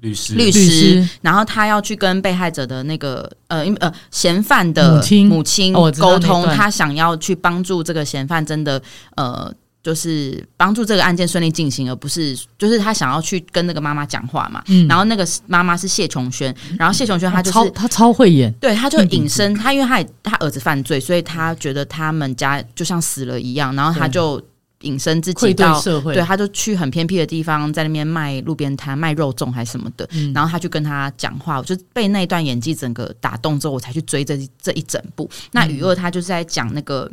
Speaker 3: 律师，
Speaker 2: 律
Speaker 1: 律
Speaker 2: 师
Speaker 1: 师，
Speaker 2: 然后他要去跟被害者的那个呃因呃嫌犯的
Speaker 1: 母亲
Speaker 2: 母亲
Speaker 1: 哦我知道
Speaker 2: 沟通，
Speaker 1: 那段
Speaker 2: 他想要去帮助这个嫌犯真的呃。就是帮助这个案件顺利进行，而不是就是他想要去跟那个妈妈讲话嘛。
Speaker 1: 嗯哦
Speaker 2: 然后那个妈妈是谢琼轩，然后谢琼轩他就是
Speaker 1: 超他超会演，
Speaker 2: 对，他就隐身，他因为他也他儿子犯罪，所以他觉得他们家就像死了一样，然后他
Speaker 1: 对
Speaker 2: 就隐身自己
Speaker 1: 嗯愧对
Speaker 2: 到。
Speaker 1: 社会，
Speaker 2: 对，他就去很偏僻的地方，在那边卖路边摊卖肉粽还是什么的，
Speaker 1: 嗯
Speaker 2: 然后他去跟他讲话，我就被那一段演技整个打动之后，我才去追这一这一整部。那雨二他就是在讲那个。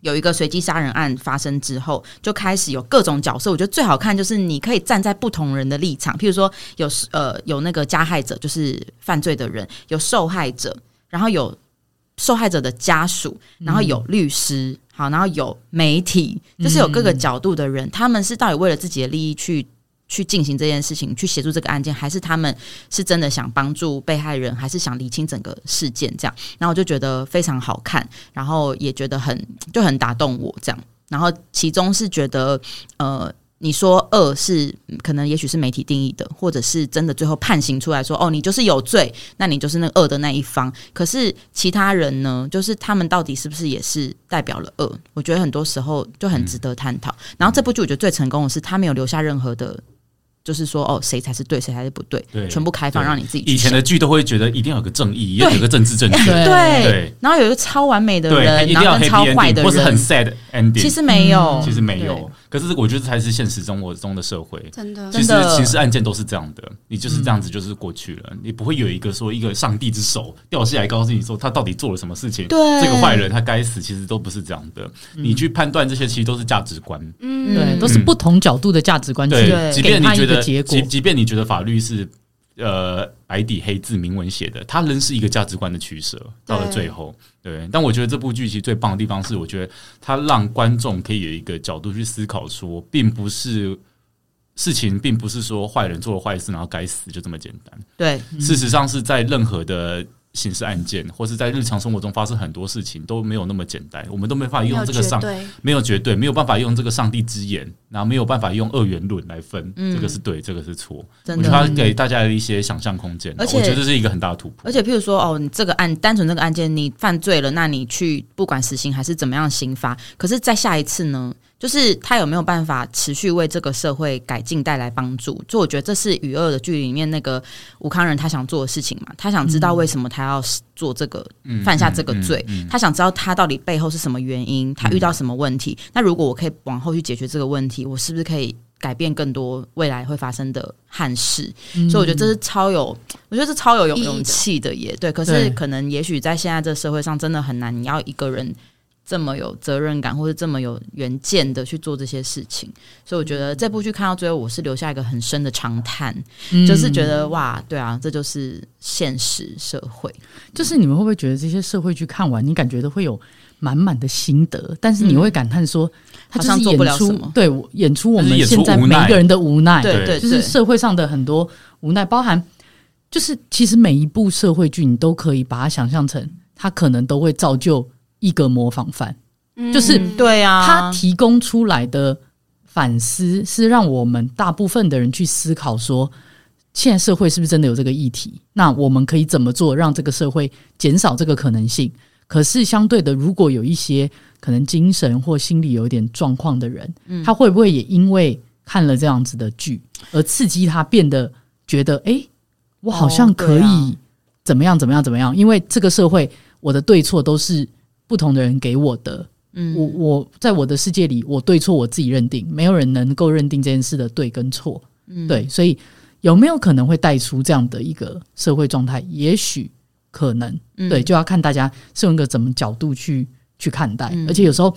Speaker 2: 有一个随机杀人案发生之后，就开始有各种角色。我觉得最好看就是你可以站在不同人的立场，譬如说有呃有那个加害者，就是犯罪的人，有受害者，然后有受害者的家属，然后有律师，好，然后有媒体，就是有各个角度的人，他们是到底为了自己的利益去。去进行这件事情，去协助这个案件，还是他们是真的想帮助被害人，还是想理清整个事件这样？然后我就觉得非常好看，然后也觉得很就很打动我这样。然后其中是觉得，呃，你说恶是嗯可能也许是媒体定义的，或者是真的最后判刑出来说，哦，你就是有罪，那你就是那个恶的那一方。可是其他人呢，就是他们到底是不是也是代表了恶？我觉得很多时候就很值得探讨。
Speaker 3: 嗯
Speaker 2: 然后这部剧我觉得最成功的是，他没有留下任何的。就是说，哦，谁才是对，谁才是不对，
Speaker 3: 对
Speaker 2: 全部开放，
Speaker 3: 对
Speaker 2: 让你自己去
Speaker 3: 以前的剧都会觉得一定要有个正义，要有个政治正确，
Speaker 2: 对，
Speaker 3: 对
Speaker 2: 然后有一个超完美的
Speaker 3: 对，
Speaker 2: 人，
Speaker 3: 一定
Speaker 2: 然后
Speaker 3: 要
Speaker 2: 跟超
Speaker 3: happy
Speaker 2: 坏的
Speaker 3: ending 或是很
Speaker 2: 人，
Speaker 3: sad ending。
Speaker 2: 其实没有，
Speaker 3: 其实没
Speaker 2: 对
Speaker 3: 有，可是我觉得这才是现实生活中的社会。
Speaker 4: 真的
Speaker 3: 其实
Speaker 2: 真的
Speaker 3: 其实案件都是这样的，你就是这样子就是过去了，你不会有一个说一个上帝之手掉下来告诉你说他到底做了什么事情，
Speaker 2: 对
Speaker 3: 这个坏人他该死，其实都不是这样的。你去判断这些其实都是价值观，
Speaker 4: 嗯
Speaker 1: 对，都是不同角度的价值观去
Speaker 3: 对，即
Speaker 1: 给
Speaker 3: 便你
Speaker 1: 他
Speaker 3: 觉
Speaker 1: 一
Speaker 3: 得
Speaker 1: 个结果
Speaker 3: 即，即便你觉得法律是呃白底黑字明文写的，它仍是一个价值观的取舍。到了最后，对，但我觉得这部剧其实最棒的地方是，我觉得它让观众可以有一个角度去思考说并不是。事情并不是说坏人做了坏事然后该死就这么简单，
Speaker 2: 对
Speaker 1: 嗯
Speaker 3: 事实上是在任何的刑事案件或是在日常生活中发生很多事情都没有那么简单，我们都没办法用这个上
Speaker 4: 对，
Speaker 3: 没有绝对，没有办法用这个上帝之眼，然后没有办法用二元论来分，
Speaker 2: 嗯
Speaker 3: 这个是对，这个是错。
Speaker 2: 真
Speaker 3: 我觉得它
Speaker 2: 的。
Speaker 3: 给大家的一些想象空间，
Speaker 2: 而且
Speaker 3: 我觉得这是一个很大的突破。
Speaker 2: 而且，譬如说，哦，你这个案，单纯这个案件，你犯罪了，那你去不管死刑还是怎么样刑罚，可是，在下一次呢，就是他有没有办法持续为这个社会改进带来帮助？就我觉得这是《与恶的距离》里面那个武康人他想做的事情嘛，他想知道为什么他要做这个
Speaker 3: 嗯
Speaker 2: 犯下这个罪，
Speaker 3: 嗯嗯嗯
Speaker 2: 他想知道他到底背后是什么原因，他遇到什么问题。那如果我可以往后去解决这个问题，我是不是可以改变更多未来会发生的憾事？
Speaker 1: 嗯
Speaker 2: 所以我觉得这是超有，我觉得这超有勇
Speaker 4: 意义的
Speaker 2: 勇气的耶。对，可是
Speaker 1: 对
Speaker 2: 可能也许在现在这社会上真的很难，你要一个人。这么有责任感，或者这么有远见的去做这些事情，所以我觉得这部剧看到最后，我是留下一个很深的长叹，
Speaker 1: 嗯
Speaker 2: 就是觉得哇，对啊，这就是现实社会。
Speaker 1: 就是你们会不会觉得这些社会剧看完，你感觉都会有满满的心得，但是你会感叹说，他就
Speaker 2: 好像
Speaker 1: 是
Speaker 2: 做不了
Speaker 1: 演
Speaker 2: 什
Speaker 1: 出
Speaker 2: 么，
Speaker 1: 嗯对，我演出我
Speaker 3: 就是
Speaker 1: 们
Speaker 3: 演出
Speaker 1: 现在
Speaker 3: 无
Speaker 1: 每
Speaker 3: 奈
Speaker 1: 一个人的无奈，
Speaker 2: 对对
Speaker 3: 对
Speaker 1: 哎就是社会上的很多无奈，包含就是其实每一部社会剧，你都可以把它想象成，它可能都会造就一个模仿犯，就是
Speaker 4: 嗯
Speaker 2: 对啊，
Speaker 1: 它提供出来的反思是让我们大部分的人去思考说。现在社会是不是真的有这个议题？那我们可以怎么做，让这个社会减少这个可能性？可是相对的，如果有一些可能精神或心理有一点状况的人，
Speaker 2: 嗯
Speaker 1: 他会不会也因为看了这样子的剧而刺激他变得觉得，诶，我好像
Speaker 2: 哦对
Speaker 1: 可
Speaker 2: 啊
Speaker 1: 以怎么样怎么样怎么样？因为这个社会，我的对错都是不同的人给我的，我
Speaker 2: 嗯，
Speaker 1: 我在我的世界里，我对错我自己认定，没有人能够认定这件事的对跟错。
Speaker 2: 嗯
Speaker 1: 对，所以有没有可能会带出这样的一个社会状态？也许可能，
Speaker 2: 嗯
Speaker 1: 对，就要看大家是用一个怎么角度去去看待。
Speaker 2: 嗯
Speaker 1: 而且有时候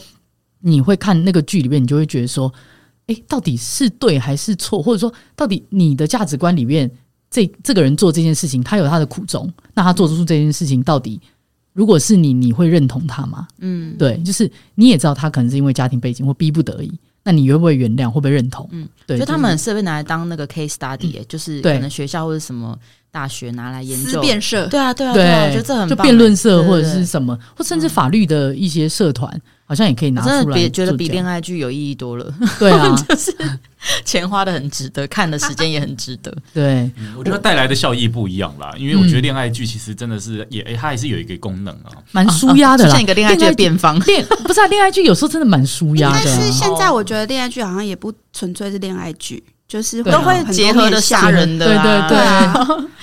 Speaker 1: 你会看那个剧里面，你就会觉得说，诶，到底是对还是错，或者说到底你的价值观里面，这这个人做这件事情，他有他的苦衷，那他做出这件事情到底？如果是你，你会认同他吗？
Speaker 2: 嗯，
Speaker 1: 对，就是你也知道他可能是因为家庭背景或逼不得已，那你会不会原谅，会不会认同？
Speaker 2: 嗯
Speaker 1: 嗯，对，
Speaker 2: 就他
Speaker 1: 是嗯
Speaker 2: 们很适合被拿来当那个 case study，耶、就是
Speaker 1: 对
Speaker 2: 可能学校或者什么大学拿来研
Speaker 4: 思
Speaker 2: 究。
Speaker 4: 辨社，
Speaker 2: 对啊，对啊，对啊，我觉
Speaker 1: 对
Speaker 2: 得这很
Speaker 1: 就
Speaker 2: 棒
Speaker 1: 辩论社
Speaker 2: 对
Speaker 1: 或者
Speaker 2: 对嗯
Speaker 1: 是什么，或甚至法律的一些社团，好像也可以拿
Speaker 2: 我
Speaker 1: 出
Speaker 2: 真的
Speaker 1: 来
Speaker 2: 别觉得
Speaker 1: 做
Speaker 2: 比
Speaker 1: 这
Speaker 2: 恋
Speaker 1: 样
Speaker 2: 爱剧有意义多了，
Speaker 1: 对 啊，
Speaker 2: 就是钱花的很值得，看的时间也很值得。
Speaker 1: 对
Speaker 3: 嗯我觉得带来的效益不一样啦，因为我觉得恋爱剧其实真的是也，哎诶它还是有一个功能啊。
Speaker 1: 蛮 舒压的
Speaker 2: 出
Speaker 1: 啦
Speaker 2: 现一。个恋爱剧的辩方，
Speaker 1: 恋 不是啊，恋爱剧有时候真的蛮舒压
Speaker 4: 但
Speaker 1: 的
Speaker 4: 是
Speaker 1: 啊，
Speaker 4: 现在我觉得恋爱剧好像也不纯粹是恋爱剧，就是
Speaker 1: 对
Speaker 2: 都
Speaker 1: 啊
Speaker 2: 会结合的杀
Speaker 4: 杀
Speaker 2: 人的啊，
Speaker 1: 对对
Speaker 4: 对啊，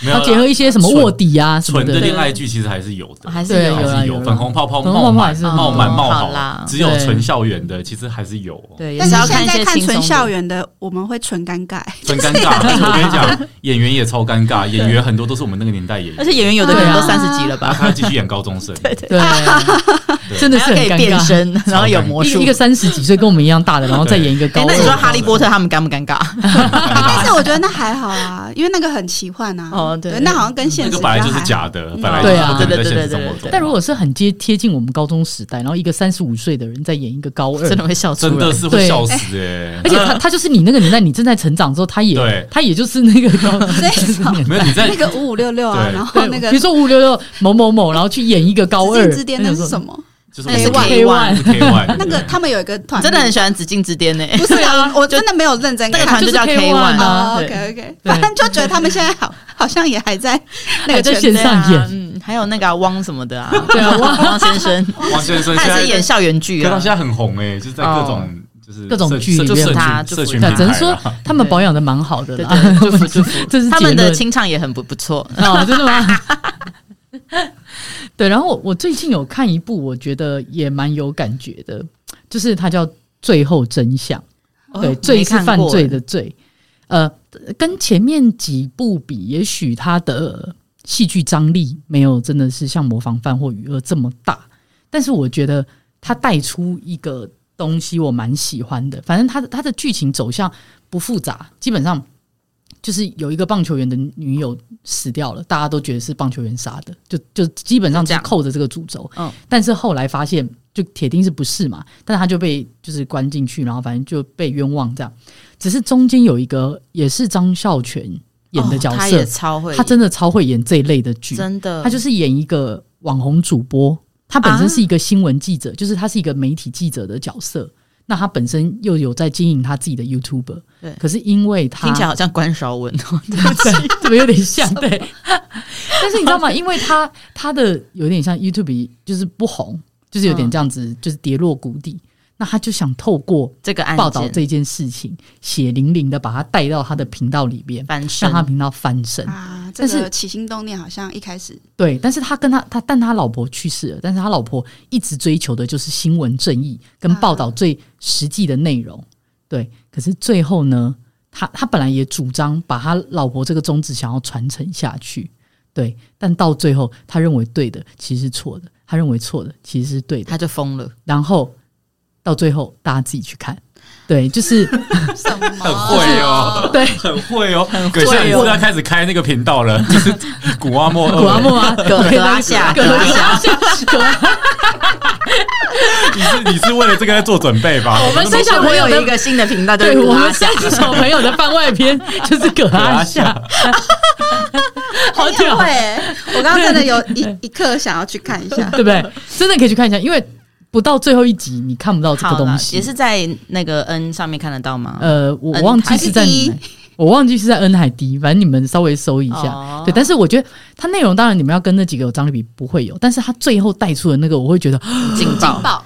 Speaker 3: 没有
Speaker 1: 然
Speaker 3: 啦
Speaker 1: 后结合一些什么
Speaker 3: 纯
Speaker 1: 卧底啊什么
Speaker 3: 纯的
Speaker 1: 的，
Speaker 3: 恋爱剧其实还是有的，
Speaker 2: 还是
Speaker 1: 对
Speaker 2: 有
Speaker 3: 还
Speaker 1: 啦
Speaker 3: 是
Speaker 1: 有
Speaker 3: 有
Speaker 1: 啦
Speaker 3: 粉红泡泡
Speaker 1: 粉红泡
Speaker 3: 冒
Speaker 1: 泡还
Speaker 3: 满
Speaker 1: 是很
Speaker 3: 冒满
Speaker 2: 多
Speaker 3: 冒
Speaker 2: 好
Speaker 3: 好
Speaker 2: 啦，
Speaker 3: 只有
Speaker 1: 对
Speaker 3: 纯校园的其实还是有哦，
Speaker 2: 对，也
Speaker 4: 但
Speaker 2: 是
Speaker 4: 是
Speaker 2: 要看
Speaker 4: 现
Speaker 2: 一
Speaker 4: 在
Speaker 2: 些
Speaker 4: 看
Speaker 2: 轻松
Speaker 4: 纯
Speaker 2: 的
Speaker 4: 校园的，我们会纯尴尬。
Speaker 3: 很尴 尬。而且我跟你讲，演员也超尴尬，演员很多都是我们那个年代演
Speaker 2: 而
Speaker 3: 员，
Speaker 2: 且演员有的可能都
Speaker 4: 对
Speaker 2: 三
Speaker 4: 啊
Speaker 2: 十集了
Speaker 3: 然后
Speaker 2: 吧，
Speaker 3: 他继续演 高中生，
Speaker 1: 对，真的是
Speaker 2: 还
Speaker 1: 很
Speaker 2: 要可以
Speaker 1: 尴
Speaker 2: 变
Speaker 1: 尬。
Speaker 2: 身，然后有魔
Speaker 1: 一
Speaker 2: 术
Speaker 1: 个一。个三十几岁跟我们一样大的，然后再演一个
Speaker 2: 哎
Speaker 1: 高，
Speaker 2: 那你说
Speaker 1: 二，
Speaker 2: 哈利波特他们尴不尴尬？
Speaker 4: 但是我觉得那还好啊，因为那个很奇幻啊。
Speaker 2: 哦对
Speaker 4: 那好像跟现
Speaker 3: 那个
Speaker 4: 实比
Speaker 3: 本
Speaker 4: 较
Speaker 3: 来就是
Speaker 4: 还好。
Speaker 3: 假的，本来
Speaker 1: 对啊
Speaker 3: 就是真的在现
Speaker 2: 对对
Speaker 3: 实生活
Speaker 2: 对对对
Speaker 3: 中。
Speaker 1: 但如果是很接贴近我们高中时代，然后一个三十五岁的人在演一个高二
Speaker 2: 真，的会笑出
Speaker 3: 真
Speaker 2: 来
Speaker 3: 的。是会笑死哎、
Speaker 1: 而且 他他就是你那个年代，你正在成长之后，他也
Speaker 3: 对
Speaker 1: 他也就是那个高
Speaker 4: 所 以
Speaker 1: 中
Speaker 3: 没有你 在
Speaker 4: 那个五五六六啊，
Speaker 3: 对
Speaker 4: 然后
Speaker 1: 对，
Speaker 4: 那个
Speaker 1: 比如说五六六某某某，然后去演一个高
Speaker 4: 紫
Speaker 1: 二
Speaker 4: 禁之巅，那是什
Speaker 1: 么？
Speaker 4: 么？
Speaker 3: 就是
Speaker 2: 那是
Speaker 1: K
Speaker 2: 哎 K
Speaker 1: one
Speaker 2: one，
Speaker 3: K one
Speaker 4: 那个他们有一个团，
Speaker 2: 真的很喜欢紫禁之巅呢。
Speaker 4: 不是啊，我真的没有认真
Speaker 2: 那个
Speaker 4: 看
Speaker 2: 团。就叫
Speaker 1: 就是
Speaker 2: K
Speaker 1: K one 啊
Speaker 2: One，
Speaker 4: OK
Speaker 2: 对
Speaker 4: OK，反正就觉得他们现在好，好像也还在那
Speaker 1: 还在
Speaker 4: 个
Speaker 1: 线
Speaker 4: 圈子
Speaker 2: 对啊
Speaker 1: 上演，
Speaker 2: 嗯，还有那个啊汪什么的啊，
Speaker 1: 对啊
Speaker 2: 汪汪先生，
Speaker 3: 王先生
Speaker 2: 他
Speaker 3: 现
Speaker 2: 也
Speaker 3: 在
Speaker 2: 是演校园剧
Speaker 3: 可
Speaker 2: 啊
Speaker 3: 他。现在很红哎、就是在各种、就是
Speaker 1: 各种
Speaker 3: 社
Speaker 1: 剧
Speaker 3: 社
Speaker 1: 里面
Speaker 3: 社
Speaker 2: 他
Speaker 3: 群
Speaker 2: 就
Speaker 3: 社群
Speaker 1: 对啊，
Speaker 3: 平台
Speaker 1: 只能
Speaker 3: 啦
Speaker 1: 说他们保养的蛮好的
Speaker 2: 对
Speaker 1: 啦，
Speaker 2: 对，祝福祝福。
Speaker 1: 这是
Speaker 2: 他们
Speaker 1: 结
Speaker 2: 的
Speaker 1: 论
Speaker 2: 清唱也很不不错，
Speaker 1: 哦，真的吗？对，然后我我最近有看一部，我觉得也蛮有感觉的，就是它叫《最后真相》。 对，罪
Speaker 2: 哦没
Speaker 1: 是
Speaker 2: 看
Speaker 1: 犯
Speaker 2: 过哎
Speaker 1: 罪的罪。呃，跟前面几部比，也许它的戏剧张力没有真的是像《模仿犯》或《余恶》这么大，但是我觉得它带出一个东西，我蛮喜欢的。反正它的它的剧情走向不复杂，基本上就是有一个棒球员的女友死掉了，大家都觉得是棒球员杀的，就就基本上
Speaker 2: 就这
Speaker 1: 是
Speaker 2: 样
Speaker 1: 扣着这个主轴。
Speaker 2: 嗯
Speaker 1: 但是后来发现就铁定是不是嘛，但是他就被就是关进去，然后反正就被冤枉这样。只是中间有一个也是张孝全演的角
Speaker 2: 哦他
Speaker 1: 色，
Speaker 2: 也超会演，
Speaker 1: 他真的超会演这一类的剧，
Speaker 2: 真的，
Speaker 1: 他就是演一个网红主播，他本身
Speaker 2: 啊
Speaker 1: 是一个新闻记者，就是他是一个媒体记者的角色。那他本身又有在经营他自己的 YouTuber，
Speaker 2: 对
Speaker 1: 可是因为他
Speaker 2: 听起来好像关韶文 哦，
Speaker 1: 对，怎么有点像？ 对，但是你知道吗？ 因为他他的有点像 YouTube，就是不红，就是有点这样子，就是跌落谷底。那他就想透过
Speaker 2: 这个案
Speaker 1: 报道
Speaker 2: 件
Speaker 1: 这件事情，血淋淋的把他带到他的频道里边，
Speaker 2: 翻身
Speaker 1: 让，他频道翻身。
Speaker 4: 啊，这
Speaker 1: 但是
Speaker 4: 个起心动念好像一开始
Speaker 1: 对，但是他跟他他，但他老婆去世了，但是他老婆一直追求的就是新闻正义跟报道最实际的内容。对，可是最后呢，他他本来也主张把他老婆这个宗旨想要传承下去，对，但到最后他认为对的其实是错的，他认为错的其实是对的，
Speaker 2: 他就疯了。
Speaker 1: 然后到最后大家自己去看，对，就是
Speaker 4: 什 么
Speaker 3: 很会 哦，
Speaker 1: 对
Speaker 3: 很会哦，很
Speaker 2: 会哦
Speaker 3: 现在现在开始开那个频 道了，就是古阿莫二，
Speaker 1: 古阿莫啊，
Speaker 2: 葛葛阿夏
Speaker 1: 葛
Speaker 2: 葛
Speaker 1: 阿
Speaker 2: 阿
Speaker 1: 夏，葛阿
Speaker 3: 你是你是为了这个在做准备吧？
Speaker 1: 啊我们
Speaker 2: 所
Speaker 1: 最
Speaker 2: 以
Speaker 1: 小
Speaker 2: 我
Speaker 1: 朋友
Speaker 2: 有一
Speaker 1: 的。
Speaker 2: 个新的频道，就是
Speaker 1: 对我
Speaker 2: 阿
Speaker 1: 们
Speaker 2: 夏
Speaker 1: 三，十小朋友的番外篇就是葛
Speaker 3: 葛
Speaker 1: 阿
Speaker 3: 阿
Speaker 1: 夏
Speaker 3: 夏，
Speaker 1: 好
Speaker 4: 很
Speaker 1: 屌
Speaker 4: 会，欸，我刚刚真 的有一一刻想要去看一 下。
Speaker 1: 对不对？真的可以去看一下，因为不到最后一集你看不到这个
Speaker 2: 好
Speaker 1: 东
Speaker 2: 啦，
Speaker 1: 西。
Speaker 2: 也是在那个 N 上面看得到吗？
Speaker 1: 呃，我我忘记是在
Speaker 4: 还是第一
Speaker 1: 哪我忘记是在恩海迪，反正你们稍微搜嗯一下。
Speaker 2: 哦
Speaker 1: 对，但是我觉得它内容当然你们要跟那几个有张力比不会有，但是它最后带出的那个，我会觉得啊
Speaker 2: 警报，
Speaker 4: 爆！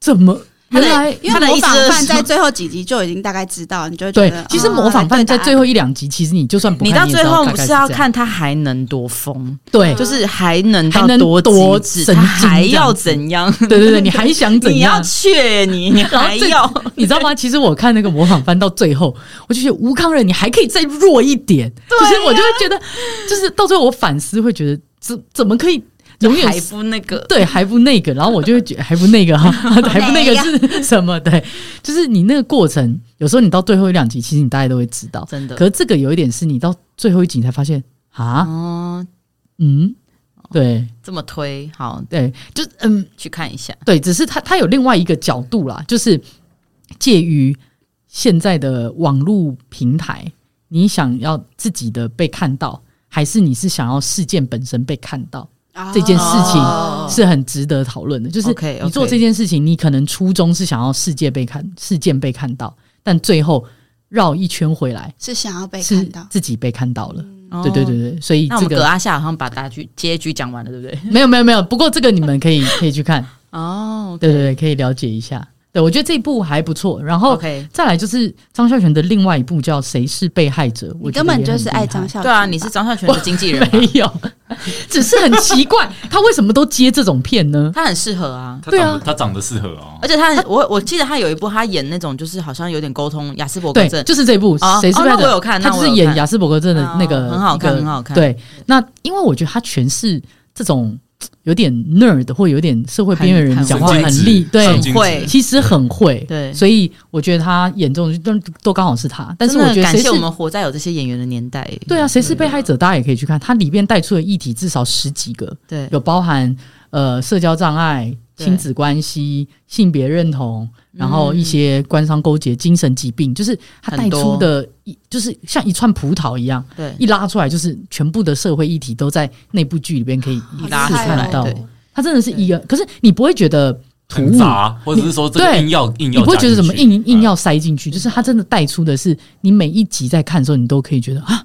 Speaker 1: 怎么
Speaker 4: 他
Speaker 1: 原
Speaker 4: 的
Speaker 1: 来
Speaker 4: 因
Speaker 2: 他的
Speaker 4: 为模
Speaker 2: 意思
Speaker 4: 仿
Speaker 2: 就是
Speaker 4: 犯在最后几集就已经大概知道，你就会觉
Speaker 1: 对
Speaker 4: 得。
Speaker 2: 哦
Speaker 4: 哦
Speaker 1: 其实模仿犯在最
Speaker 4: 后
Speaker 1: 后一两集，其实你就算不看，
Speaker 2: 你到最后不
Speaker 1: 是
Speaker 2: 是要看他还能多疯，
Speaker 1: 对。
Speaker 2: 就
Speaker 1: 就是
Speaker 2: 是还能
Speaker 1: 还
Speaker 2: 到
Speaker 1: 能
Speaker 2: 多
Speaker 1: 多
Speaker 2: 极致，
Speaker 1: 神
Speaker 2: 他
Speaker 1: 经
Speaker 2: 还
Speaker 1: 这样
Speaker 2: 要
Speaker 1: 子
Speaker 2: 怎样？
Speaker 1: 对对对，你还想怎
Speaker 2: 你要
Speaker 1: 样？
Speaker 2: 去你，你
Speaker 1: 然后
Speaker 2: 还
Speaker 1: 最
Speaker 2: 要。
Speaker 1: 你知道吗？其实我看那个模仿番到最后，我就觉得吴康仁你还可以再弱一点，就是我就会觉得，就是到最后我反思会觉得，怎怎么可以永远
Speaker 2: 还不那个，
Speaker 1: 对还不那个，然后我就会觉得还不那 个哈、还不那个是什么？对，就是你那个过程，有时候你到最后一两集，其实你大概都会知道，
Speaker 2: 真的
Speaker 1: 啊可是这个有一点是你到最后一集你才发现啊，
Speaker 2: 哦，
Speaker 1: 嗯，对
Speaker 2: 这么推好
Speaker 1: 对，就嗯，
Speaker 2: 去看一下。
Speaker 1: 对，只是它它有另外一个角度啦，就是介于现在的网络平台，你想要自己的被看到，还是你是想要事件本身被看到，
Speaker 4: 啊
Speaker 1: 这件事情
Speaker 4: 哦
Speaker 1: 是很值得讨论的。就是
Speaker 2: OK，OK
Speaker 1: 你做这件事情，你可能初衷是想要世界被看，事件被看到，但最后绕一圈回来
Speaker 4: 是想要被
Speaker 1: 是
Speaker 4: 看到。
Speaker 1: 自己被看到了。
Speaker 2: 哦
Speaker 1: 对对对对，所以
Speaker 2: 那我
Speaker 1: 这
Speaker 2: 们葛
Speaker 1: 个
Speaker 2: 阿夏好像把大局结局讲完了，对 不对？
Speaker 1: 没有没有没有，不过这个你们可以可以去 看，
Speaker 2: 哦，
Speaker 1: 对对对，可以了解一下。对我觉得这一部还不错，然后
Speaker 2: 哦 OK，
Speaker 1: 再来就是张孝全的另外一部叫《谁是被害者》，我觉得
Speaker 4: 你根本
Speaker 1: 也
Speaker 4: 就
Speaker 1: 很
Speaker 4: 是
Speaker 1: 厉
Speaker 4: 爱
Speaker 1: 害
Speaker 4: 张孝全吧，
Speaker 2: 对啊，你是张孝全的经纪人啊吧，
Speaker 1: 没有， 只是很奇怪，他为什么都接这种片呢？
Speaker 2: 他很适合啊。
Speaker 3: 他
Speaker 1: 对
Speaker 3: 长
Speaker 1: 啊
Speaker 3: 得他长得适合哦
Speaker 2: 而，且他很，我我记得他有一部，他演那种就是好像有点沟通雅斯伯格
Speaker 1: 对，
Speaker 2: 症，
Speaker 1: 就是这部
Speaker 2: 哦
Speaker 1: 《谁是
Speaker 2: 哦
Speaker 1: 被害
Speaker 2: 那我
Speaker 1: 者
Speaker 2: 有》，看，
Speaker 1: 他
Speaker 2: 那
Speaker 1: 就
Speaker 2: 我
Speaker 1: 是
Speaker 2: 有
Speaker 1: 演
Speaker 2: 看
Speaker 1: 雅斯伯格症的那个
Speaker 2: 哦，很好看，
Speaker 1: 一个
Speaker 2: 很好看。，
Speaker 1: 对，那因为我觉得他诠释这种有点 nerd 或有点社会边缘人
Speaker 2: 很
Speaker 1: 讲话
Speaker 3: 神经质
Speaker 1: 很厉，对
Speaker 3: 神，经质
Speaker 2: 会
Speaker 1: 其实很会，
Speaker 2: 对
Speaker 1: 所以我觉得他演这种都都刚好是他，但是
Speaker 2: 真的
Speaker 1: 我觉得
Speaker 2: 感
Speaker 1: 谁是
Speaker 2: 谢我们活在有这些演员的年代。
Speaker 1: 对啊，谁是被害者，大家也可以去看，它里面带出的议题至少十几个，
Speaker 2: 对，
Speaker 1: 有包含呃社交障碍、
Speaker 2: 对嗯
Speaker 1: 亲子关系、性别认同，然后一些官商勾结、精神疾病，就是它带
Speaker 2: 很多
Speaker 1: 出的一就是像一串葡萄一样，
Speaker 2: 对
Speaker 1: 一拉出来就是全部的社会议题都在那部剧里边可以
Speaker 4: 好
Speaker 1: 一
Speaker 2: 拉
Speaker 1: 次
Speaker 2: 出来
Speaker 1: 看到
Speaker 2: 哦对。
Speaker 1: 它真的是一个，可是你不会觉得突
Speaker 3: 很
Speaker 1: 兀，
Speaker 3: 杂，或者是说这个
Speaker 1: 对
Speaker 3: 硬要硬
Speaker 1: 你
Speaker 3: 要加进去，
Speaker 1: 不会觉得怎么硬硬要
Speaker 3: 嗯
Speaker 1: 塞进去，就是它真的带出的是你每一集在看的时候，你都可以觉得啊，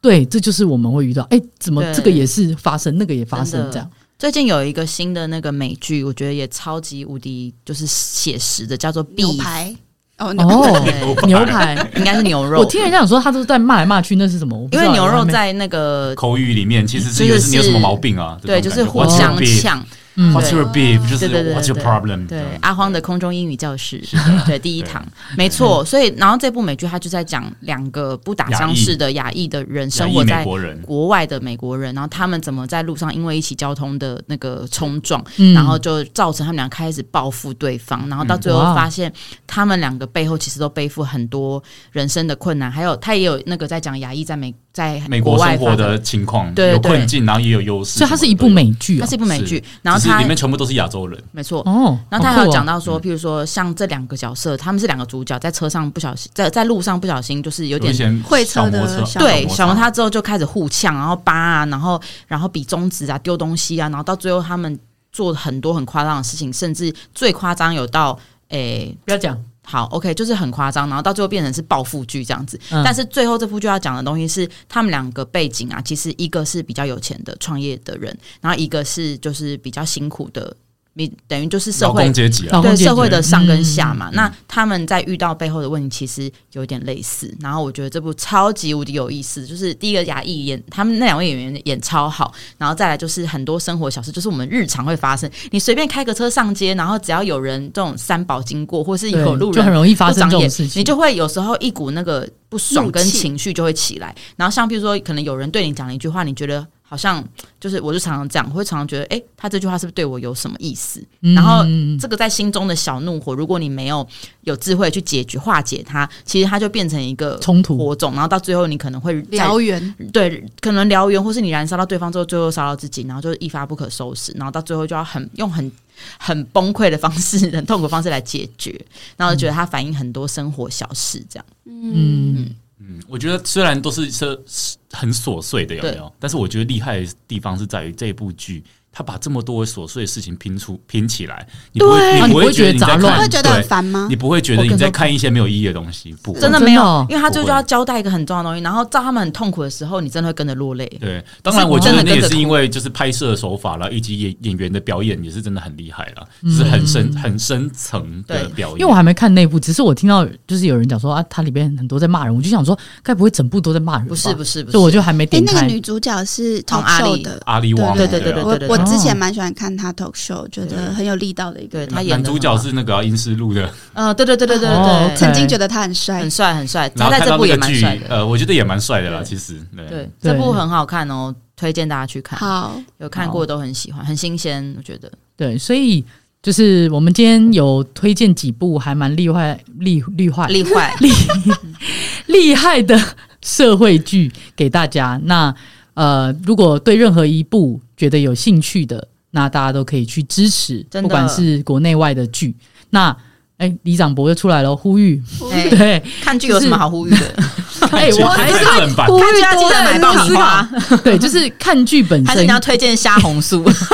Speaker 1: 对，这就是我们会遇到，哎、怎么
Speaker 2: 对
Speaker 1: 这个也是发生，那个也发生
Speaker 2: 真的
Speaker 1: 这样。
Speaker 2: 最近有一个新的那个美剧，我觉得也超级无敌，就是写实的，叫做《
Speaker 4: 牛
Speaker 2: B》，
Speaker 4: 排哦，牛排
Speaker 1: 哦，
Speaker 2: 对
Speaker 1: 牛排，
Speaker 2: 应该是牛肉
Speaker 1: 我。听人家讲说他都在骂来骂去，那是什么？我不知
Speaker 2: 因
Speaker 1: 道
Speaker 2: 为牛肉，在那个
Speaker 3: 口语里面，其实
Speaker 2: 嗯就是
Speaker 3: 是也是没有什么
Speaker 2: 是
Speaker 3: 毛病啊，这
Speaker 2: 对，就
Speaker 3: 种
Speaker 2: 是
Speaker 3: 感觉
Speaker 2: 互
Speaker 3: What's your
Speaker 2: 相
Speaker 3: beef？
Speaker 2: 呛。
Speaker 1: 嗯，
Speaker 3: What's your beef？就
Speaker 2: 对
Speaker 3: 是
Speaker 2: 对对
Speaker 3: What's your
Speaker 2: 对
Speaker 3: problem？
Speaker 2: 对
Speaker 3: 这样，
Speaker 2: 阿荒的空中英语教室
Speaker 3: 是的，
Speaker 2: 对第一堂，没错。所以，然后这部美剧它就在讲两个不打相识的亚裔的人
Speaker 3: 亚
Speaker 2: 生
Speaker 3: 裔
Speaker 2: 活
Speaker 3: 美
Speaker 2: 在
Speaker 3: 国人，
Speaker 2: 国外的美国人，然后他们怎么在路上因为一起交通的那个冲撞，
Speaker 1: 嗯
Speaker 2: 然后就造成他们俩开始报复对方，然后到最后
Speaker 1: 嗯哇
Speaker 2: 发现他们两个背后其实都背负很多人生的困难，还有他也有那个在讲牙医在美在
Speaker 3: 美
Speaker 2: 国
Speaker 3: 国
Speaker 2: 外
Speaker 3: 生活
Speaker 2: 发展
Speaker 3: 的情况，
Speaker 2: 对对
Speaker 3: 有
Speaker 2: 对
Speaker 3: 困境，然后也有优势什
Speaker 1: 所
Speaker 3: 么的，
Speaker 1: 以它是一部美剧
Speaker 2: 它
Speaker 1: 哦
Speaker 2: 是一部美剧，然
Speaker 3: 对，
Speaker 2: 后
Speaker 3: 只是
Speaker 2: 他
Speaker 3: 里面全部都是亚洲人，
Speaker 2: 没错。
Speaker 1: 哦。
Speaker 2: 然后他还有讲
Speaker 1: 到，
Speaker 2: 到说，譬如说像这两个角色，他们是两个主角，在车上不小心，在在路上不小心，就是有
Speaker 3: 有一
Speaker 2: 点
Speaker 3: 些
Speaker 4: 会车
Speaker 3: 小摩
Speaker 4: 的
Speaker 3: 擦
Speaker 4: 小
Speaker 2: 对，
Speaker 3: 摩
Speaker 2: 小
Speaker 3: 擦
Speaker 2: 红他之后就开始互呛，然后扒啊，然后然后比中指啊，丢东西啊，然后到最后他们做很多很夸张的事情，甚至最夸张有到诶、
Speaker 1: 不要讲，
Speaker 2: 好，OK，就是很夸张，然后到最后变成是报复剧这样子。
Speaker 1: 嗯
Speaker 2: 但是最后这部剧要讲的东西是，他们两个背景啊，其实一个是比较有钱的创业的人，然后一个是就是比较辛苦的，你等于就是社
Speaker 3: 劳
Speaker 2: 会
Speaker 3: 工阶级啊
Speaker 1: 劳，
Speaker 2: 对
Speaker 1: 工阶级
Speaker 2: 社会的上跟下
Speaker 1: 嗯
Speaker 2: 嘛。那他们在遇到背后的问题，其实有点类似。然后我觉得这部超级无敌有意思，就是第一个牙医演他们那两位演员演超好，然后再来就是很多生活小事，就是我们日常会发生。你随便开个车上街，然后只要有人这种三宝经过，或是
Speaker 1: 对
Speaker 2: 有路
Speaker 1: 就
Speaker 2: 人
Speaker 1: 很容易发
Speaker 2: 不
Speaker 1: 生
Speaker 2: 长
Speaker 1: 这种
Speaker 2: 眼
Speaker 1: 事，情，
Speaker 2: 你就会有时候一股那个不爽
Speaker 4: 怒
Speaker 2: 跟
Speaker 4: 气
Speaker 2: 情绪就会起来。然后像比如说，可能有人对你讲了一句话，你觉得好像就是，我就常常这样，我会常常觉得，诶，他这句话是不是对我有什么意思？
Speaker 1: 嗯
Speaker 2: 然后这个在心中的小怒火，如果你没有有智慧去解决化解它，其实它就变成一个
Speaker 1: 冲突
Speaker 2: 火种，然后到最后你可能会在
Speaker 4: 燎原，
Speaker 2: 对，可能燎原，或是你燃烧到对方之后，最后烧到自己，然后就一发不可收拾，然后到最后就要很用很很崩溃的方式、很痛苦的方式来解决，然后就觉得它反映很多生活小事，这样
Speaker 1: 嗯，
Speaker 3: 嗯，我觉得虽然都是是很琐碎的，有没
Speaker 2: 对
Speaker 3: 有？但是我觉得厉害的地方是在于这一部剧，它把这么多琐碎的事情拼出拼起来，你不
Speaker 1: 啊
Speaker 3: 会
Speaker 1: 你
Speaker 3: 你
Speaker 1: 不
Speaker 3: 不
Speaker 1: 会
Speaker 3: 会
Speaker 1: 觉得
Speaker 3: 你在
Speaker 1: 杂
Speaker 3: 看
Speaker 1: 乱
Speaker 4: 会觉得很
Speaker 3: 对
Speaker 4: 烦吗
Speaker 3: 你？不会觉
Speaker 2: 我
Speaker 3: 得
Speaker 2: 跟
Speaker 3: 你
Speaker 2: 你
Speaker 3: 在
Speaker 2: 说
Speaker 3: 看一些没有意义的东西，不会
Speaker 2: 真的
Speaker 1: 真的
Speaker 2: 没有，
Speaker 1: 哦
Speaker 2: 因为他就
Speaker 3: 不
Speaker 2: 就
Speaker 3: 会
Speaker 2: 要交代一个很重要的东西，然后照他们很痛苦的时候，你真的会跟着落泪。
Speaker 3: 对，当然
Speaker 2: 是
Speaker 3: 我觉
Speaker 2: 真
Speaker 3: 得
Speaker 2: 的
Speaker 3: 那
Speaker 2: 跟
Speaker 3: 也
Speaker 2: 着
Speaker 3: 是
Speaker 2: 哭
Speaker 3: 因为就是拍摄手法啦，以及演演员的表演也是真的很厉害啦，就是很深很深层
Speaker 2: 嗯
Speaker 3: 的
Speaker 2: 对
Speaker 3: 表
Speaker 1: 因
Speaker 3: 演。
Speaker 1: 为我还没看那部，只是我听到就是有人讲说啊，它里面很多在骂人，我就想说，该不会整部都在骂人吧？
Speaker 2: 不是不是不是，
Speaker 1: 所以我就还没
Speaker 4: 哎，
Speaker 1: 点
Speaker 4: 那个
Speaker 1: 开。
Speaker 4: 女主角是
Speaker 2: 唐
Speaker 4: talk
Speaker 2: 阿
Speaker 4: show
Speaker 2: 丽
Speaker 4: 的，
Speaker 3: 阿里旺，
Speaker 4: 对
Speaker 2: 对对
Speaker 3: 啊
Speaker 2: 对
Speaker 4: 我
Speaker 2: 对
Speaker 4: 我
Speaker 2: 对
Speaker 4: 之
Speaker 1: 哦
Speaker 4: 前蛮喜欢看她 talk show，觉得
Speaker 2: 对
Speaker 4: 很有力道的一
Speaker 2: 对
Speaker 4: 个人。
Speaker 2: 他演
Speaker 3: 男
Speaker 2: 得
Speaker 3: 主
Speaker 2: 很
Speaker 3: 角
Speaker 2: 好
Speaker 3: 是那个啊英式路的，
Speaker 2: 呃，对对对对对
Speaker 1: 哦
Speaker 2: 对，
Speaker 1: ，OK
Speaker 4: 曾经觉得他很帅
Speaker 2: 很，帅很帅，他
Speaker 3: 然后
Speaker 2: 在
Speaker 3: 看
Speaker 2: 这
Speaker 3: 到
Speaker 2: 部
Speaker 3: 那
Speaker 2: 也
Speaker 3: 个
Speaker 2: 蛮
Speaker 3: 剧
Speaker 2: 帅，的。
Speaker 3: 呃，我觉得也蛮帅的啦，
Speaker 2: 对
Speaker 3: 其实对
Speaker 2: 对，
Speaker 1: 对
Speaker 2: 这部很好看哦，推荐大家去看。
Speaker 4: 好，
Speaker 2: 有看过都很喜欢，很新鲜，我觉得。
Speaker 1: 对，所以就是我们今天有推荐几部还蛮厉害、厉厉害、
Speaker 2: 例 坏，
Speaker 1: 厉害的社会剧给大家。那呃，如果对任何一部觉得有兴趣的，那大家都可以去支持，
Speaker 2: 真的
Speaker 1: 不管是国内外的剧。那哎、李长博又出来了，呼 吁，
Speaker 2: 哎
Speaker 1: 对，
Speaker 2: 看剧有什么好呼吁的？
Speaker 1: 哎、我还
Speaker 3: 是正版，
Speaker 4: 呼
Speaker 2: 看剧
Speaker 4: 吁
Speaker 2: 要记
Speaker 4: 多
Speaker 2: 得买
Speaker 4: 人
Speaker 2: 爆米
Speaker 4: 思考
Speaker 2: 花，
Speaker 1: 对，就是看剧本
Speaker 2: 还是
Speaker 1: 身
Speaker 2: 你要推荐虾红素？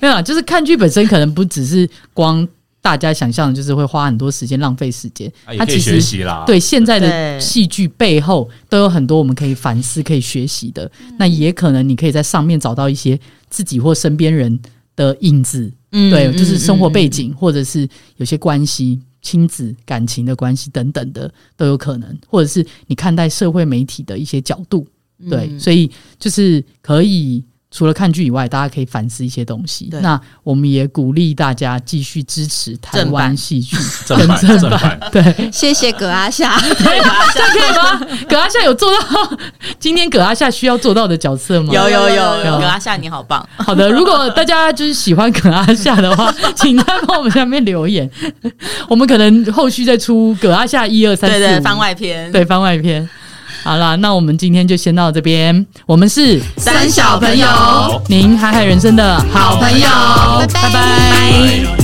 Speaker 1: 没有啦，就是看剧本身可能不只是光大家想象，就是会花很多时间浪费时间
Speaker 3: 啊，也
Speaker 1: 它
Speaker 3: 可以
Speaker 1: 其
Speaker 3: 学
Speaker 1: 实
Speaker 3: 习啦。
Speaker 1: 对现在
Speaker 2: 对
Speaker 1: 的戏剧背后都有很多我们可以反思、可以学习的。
Speaker 2: 嗯
Speaker 1: 那也可能你可以在上面找到一些自己或身边人的影子，
Speaker 2: 嗯
Speaker 1: 对，就是生活背。景，或者是有些关系、亲子感情的关系等等的都有可能，或者是你看待社会媒体的一些角度，
Speaker 2: 嗯
Speaker 1: 对，
Speaker 2: 嗯
Speaker 1: 所以就是可以除了看剧以外，大家可以反思一些东西。
Speaker 2: 对
Speaker 1: 那我们也鼓励大家继续支持台
Speaker 2: 正版
Speaker 1: 湾戏剧，
Speaker 3: 正 版正版，
Speaker 1: 对，
Speaker 4: 谢谢葛阿夏，
Speaker 1: 这 样可以吗？葛阿夏有做到今天葛阿夏需要做到的角色吗？
Speaker 2: 有有有有
Speaker 1: 有
Speaker 2: 有阿夏，你好棒！
Speaker 1: 好的，如果大家就是喜欢葛阿夏的话，请他帮我们下面留言， 我们可能后续再出葛阿夏一二三
Speaker 2: 对
Speaker 1: 四
Speaker 2: 对，
Speaker 1: 五
Speaker 2: 番外篇，
Speaker 1: 对番外篇。好啦，那我们今天就先到这边，我们是
Speaker 4: 三小朋友
Speaker 3: 好
Speaker 1: 您海海人生的好
Speaker 4: 朋友，
Speaker 1: 拜拜
Speaker 4: 拜
Speaker 3: 拜